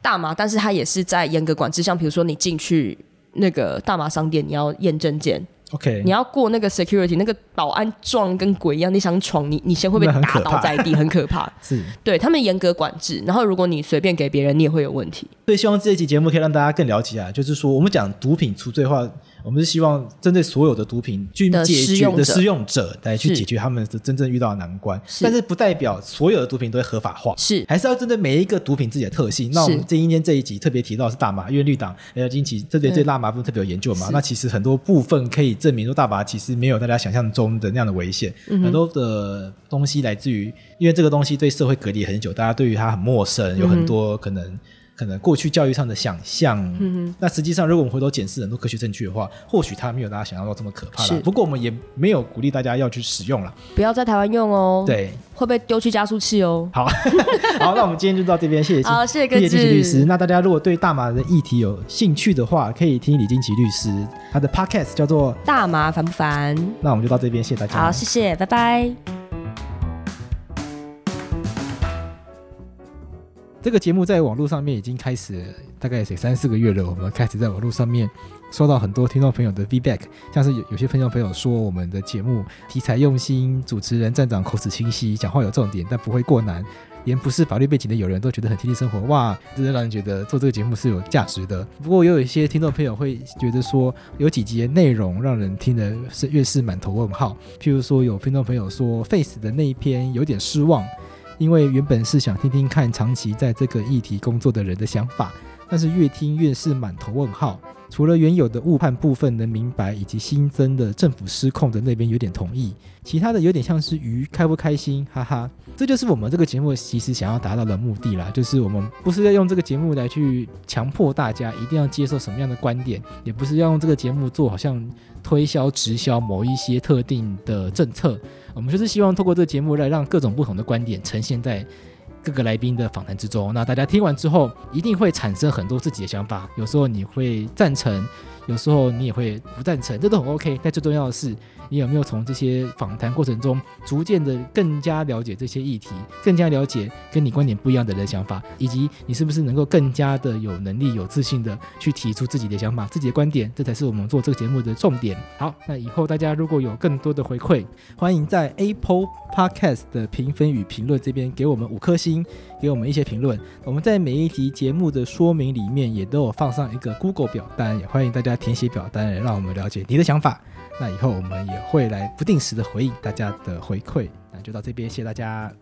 [SPEAKER 3] 大麻，但是它也是在严格管制，像比如说你进去那个大麻商店，你要验证件，
[SPEAKER 2] OK，
[SPEAKER 3] 你要过那个 security，那个保安撞得跟鬼一样，你想闯你，你先会被
[SPEAKER 2] 那很
[SPEAKER 3] 打
[SPEAKER 2] 可
[SPEAKER 3] 倒
[SPEAKER 2] 怕
[SPEAKER 3] 在地，很可怕。
[SPEAKER 2] 是。
[SPEAKER 3] 对他们严格管制，然后如果你随便给别人，你也会有问题。
[SPEAKER 2] 所以希望这一期节目可以让大家更了解啊，就是说我们讲毒品除罪化，我们是希望针对所有的毒品去
[SPEAKER 3] 的
[SPEAKER 2] 解
[SPEAKER 3] 使
[SPEAKER 2] 决
[SPEAKER 3] 用
[SPEAKER 2] 的
[SPEAKER 3] 者
[SPEAKER 2] 使用者来去
[SPEAKER 3] 是
[SPEAKER 2] 解决他们的真正遇到的难关，
[SPEAKER 3] 是
[SPEAKER 2] 但是不代表所有的毒品都会合法化。
[SPEAKER 3] 是
[SPEAKER 2] 还是要针对每一个毒品自己的特性。那我们
[SPEAKER 3] 是
[SPEAKER 2] 今天这一集特别提到的是大麻，因为绿党呃近期特别对
[SPEAKER 3] 嗯
[SPEAKER 2] 大麻部分特别有研究嘛。
[SPEAKER 3] 是
[SPEAKER 2] 那其实很多部分可以证明说，大麻其实没有大家想象中的那样的危险。
[SPEAKER 3] 嗯
[SPEAKER 2] 很多的东西来自于，因为这个东西对社会隔离很久，大家对于它很陌生，有很
[SPEAKER 3] 嗯
[SPEAKER 2] 多可能。可能过去教育上的想象，那实际上如果我们回头检视很多科学证据的话，或许它没有大家想象到这么可怕啦
[SPEAKER 3] 是
[SPEAKER 2] 不过我们也没有鼓励大家要去使用啦。
[SPEAKER 3] 不要在台湾用哦，，
[SPEAKER 2] 对，
[SPEAKER 3] 会被丢去加速器哦。
[SPEAKER 2] 好， 好，那我们今天就到这边，谢谢金，
[SPEAKER 3] 好谢谢各
[SPEAKER 2] 谢谢金奇律
[SPEAKER 3] 自
[SPEAKER 2] 师。那大家如果对大麻的议题有兴趣的话，可以听李金奇律师他的 podcast 叫做。
[SPEAKER 3] 大麻烦不烦？
[SPEAKER 2] 那我们就到这边，谢谢大家。
[SPEAKER 3] 好，谢谢，拜拜。
[SPEAKER 2] 这个节目在网络上面已经开始，大概有三四个月了。我们开始在网络上面收到很多听众朋友的 feedback，像是有有些听众朋友说我们的节目题材用心，主持人站长口齿清晰，讲话有重点，但不会过难。连不是法律背景的友人都觉得很贴近生活，哇，真的让人觉得做这个节目是有价值的。不过也有一些听众朋友会觉得说，有几集的内容让人听得是越是满头问号。譬如说，有听众朋友说 Face 的那一篇有点失望，因为原本是想听听看长期在这个议题工作的人的想法，但是越听越是满头问号。除了原有的误判部分能明白，以及新增的政府失控的那边有点同意，其他的有点像是鱼开不开心，哈哈。这就是我们这个节目其实想要达到的目的啦，就是我们不是要用这个节目来去强迫大家一定要接受什么样的观点，也不是要用这个节目做好像推销直销某一些特定的政策，我们就是希望透过这个节目来让各种不同的观点呈现在各个来宾的访谈之中。那大家听完之后，一定会产生很多自己的想法，有时候你会赞成，有时候你也会不赞成，这都很 OK。但最重要的是，你有没有从这些访谈过程中，逐渐的更加了解这些议题，更加了解跟你观点不一样的人的想法，以及你是不是能够更加的有能力、有自信的去提出自己的想法、自己的观点，这才是我们做这个节目的重点。好，那以后大家如果有更多的回馈，欢迎在 Apple Podcast 的评分与评论这边给我们五颗星，给我们一些评论。我们在每一集节目的说明里面也都有放上一个 Google 表单，也欢迎大家填写表单来让我们了解你的想法。那以后我们也会来不定时的回应大家的回馈。那就到这边，谢谢大家。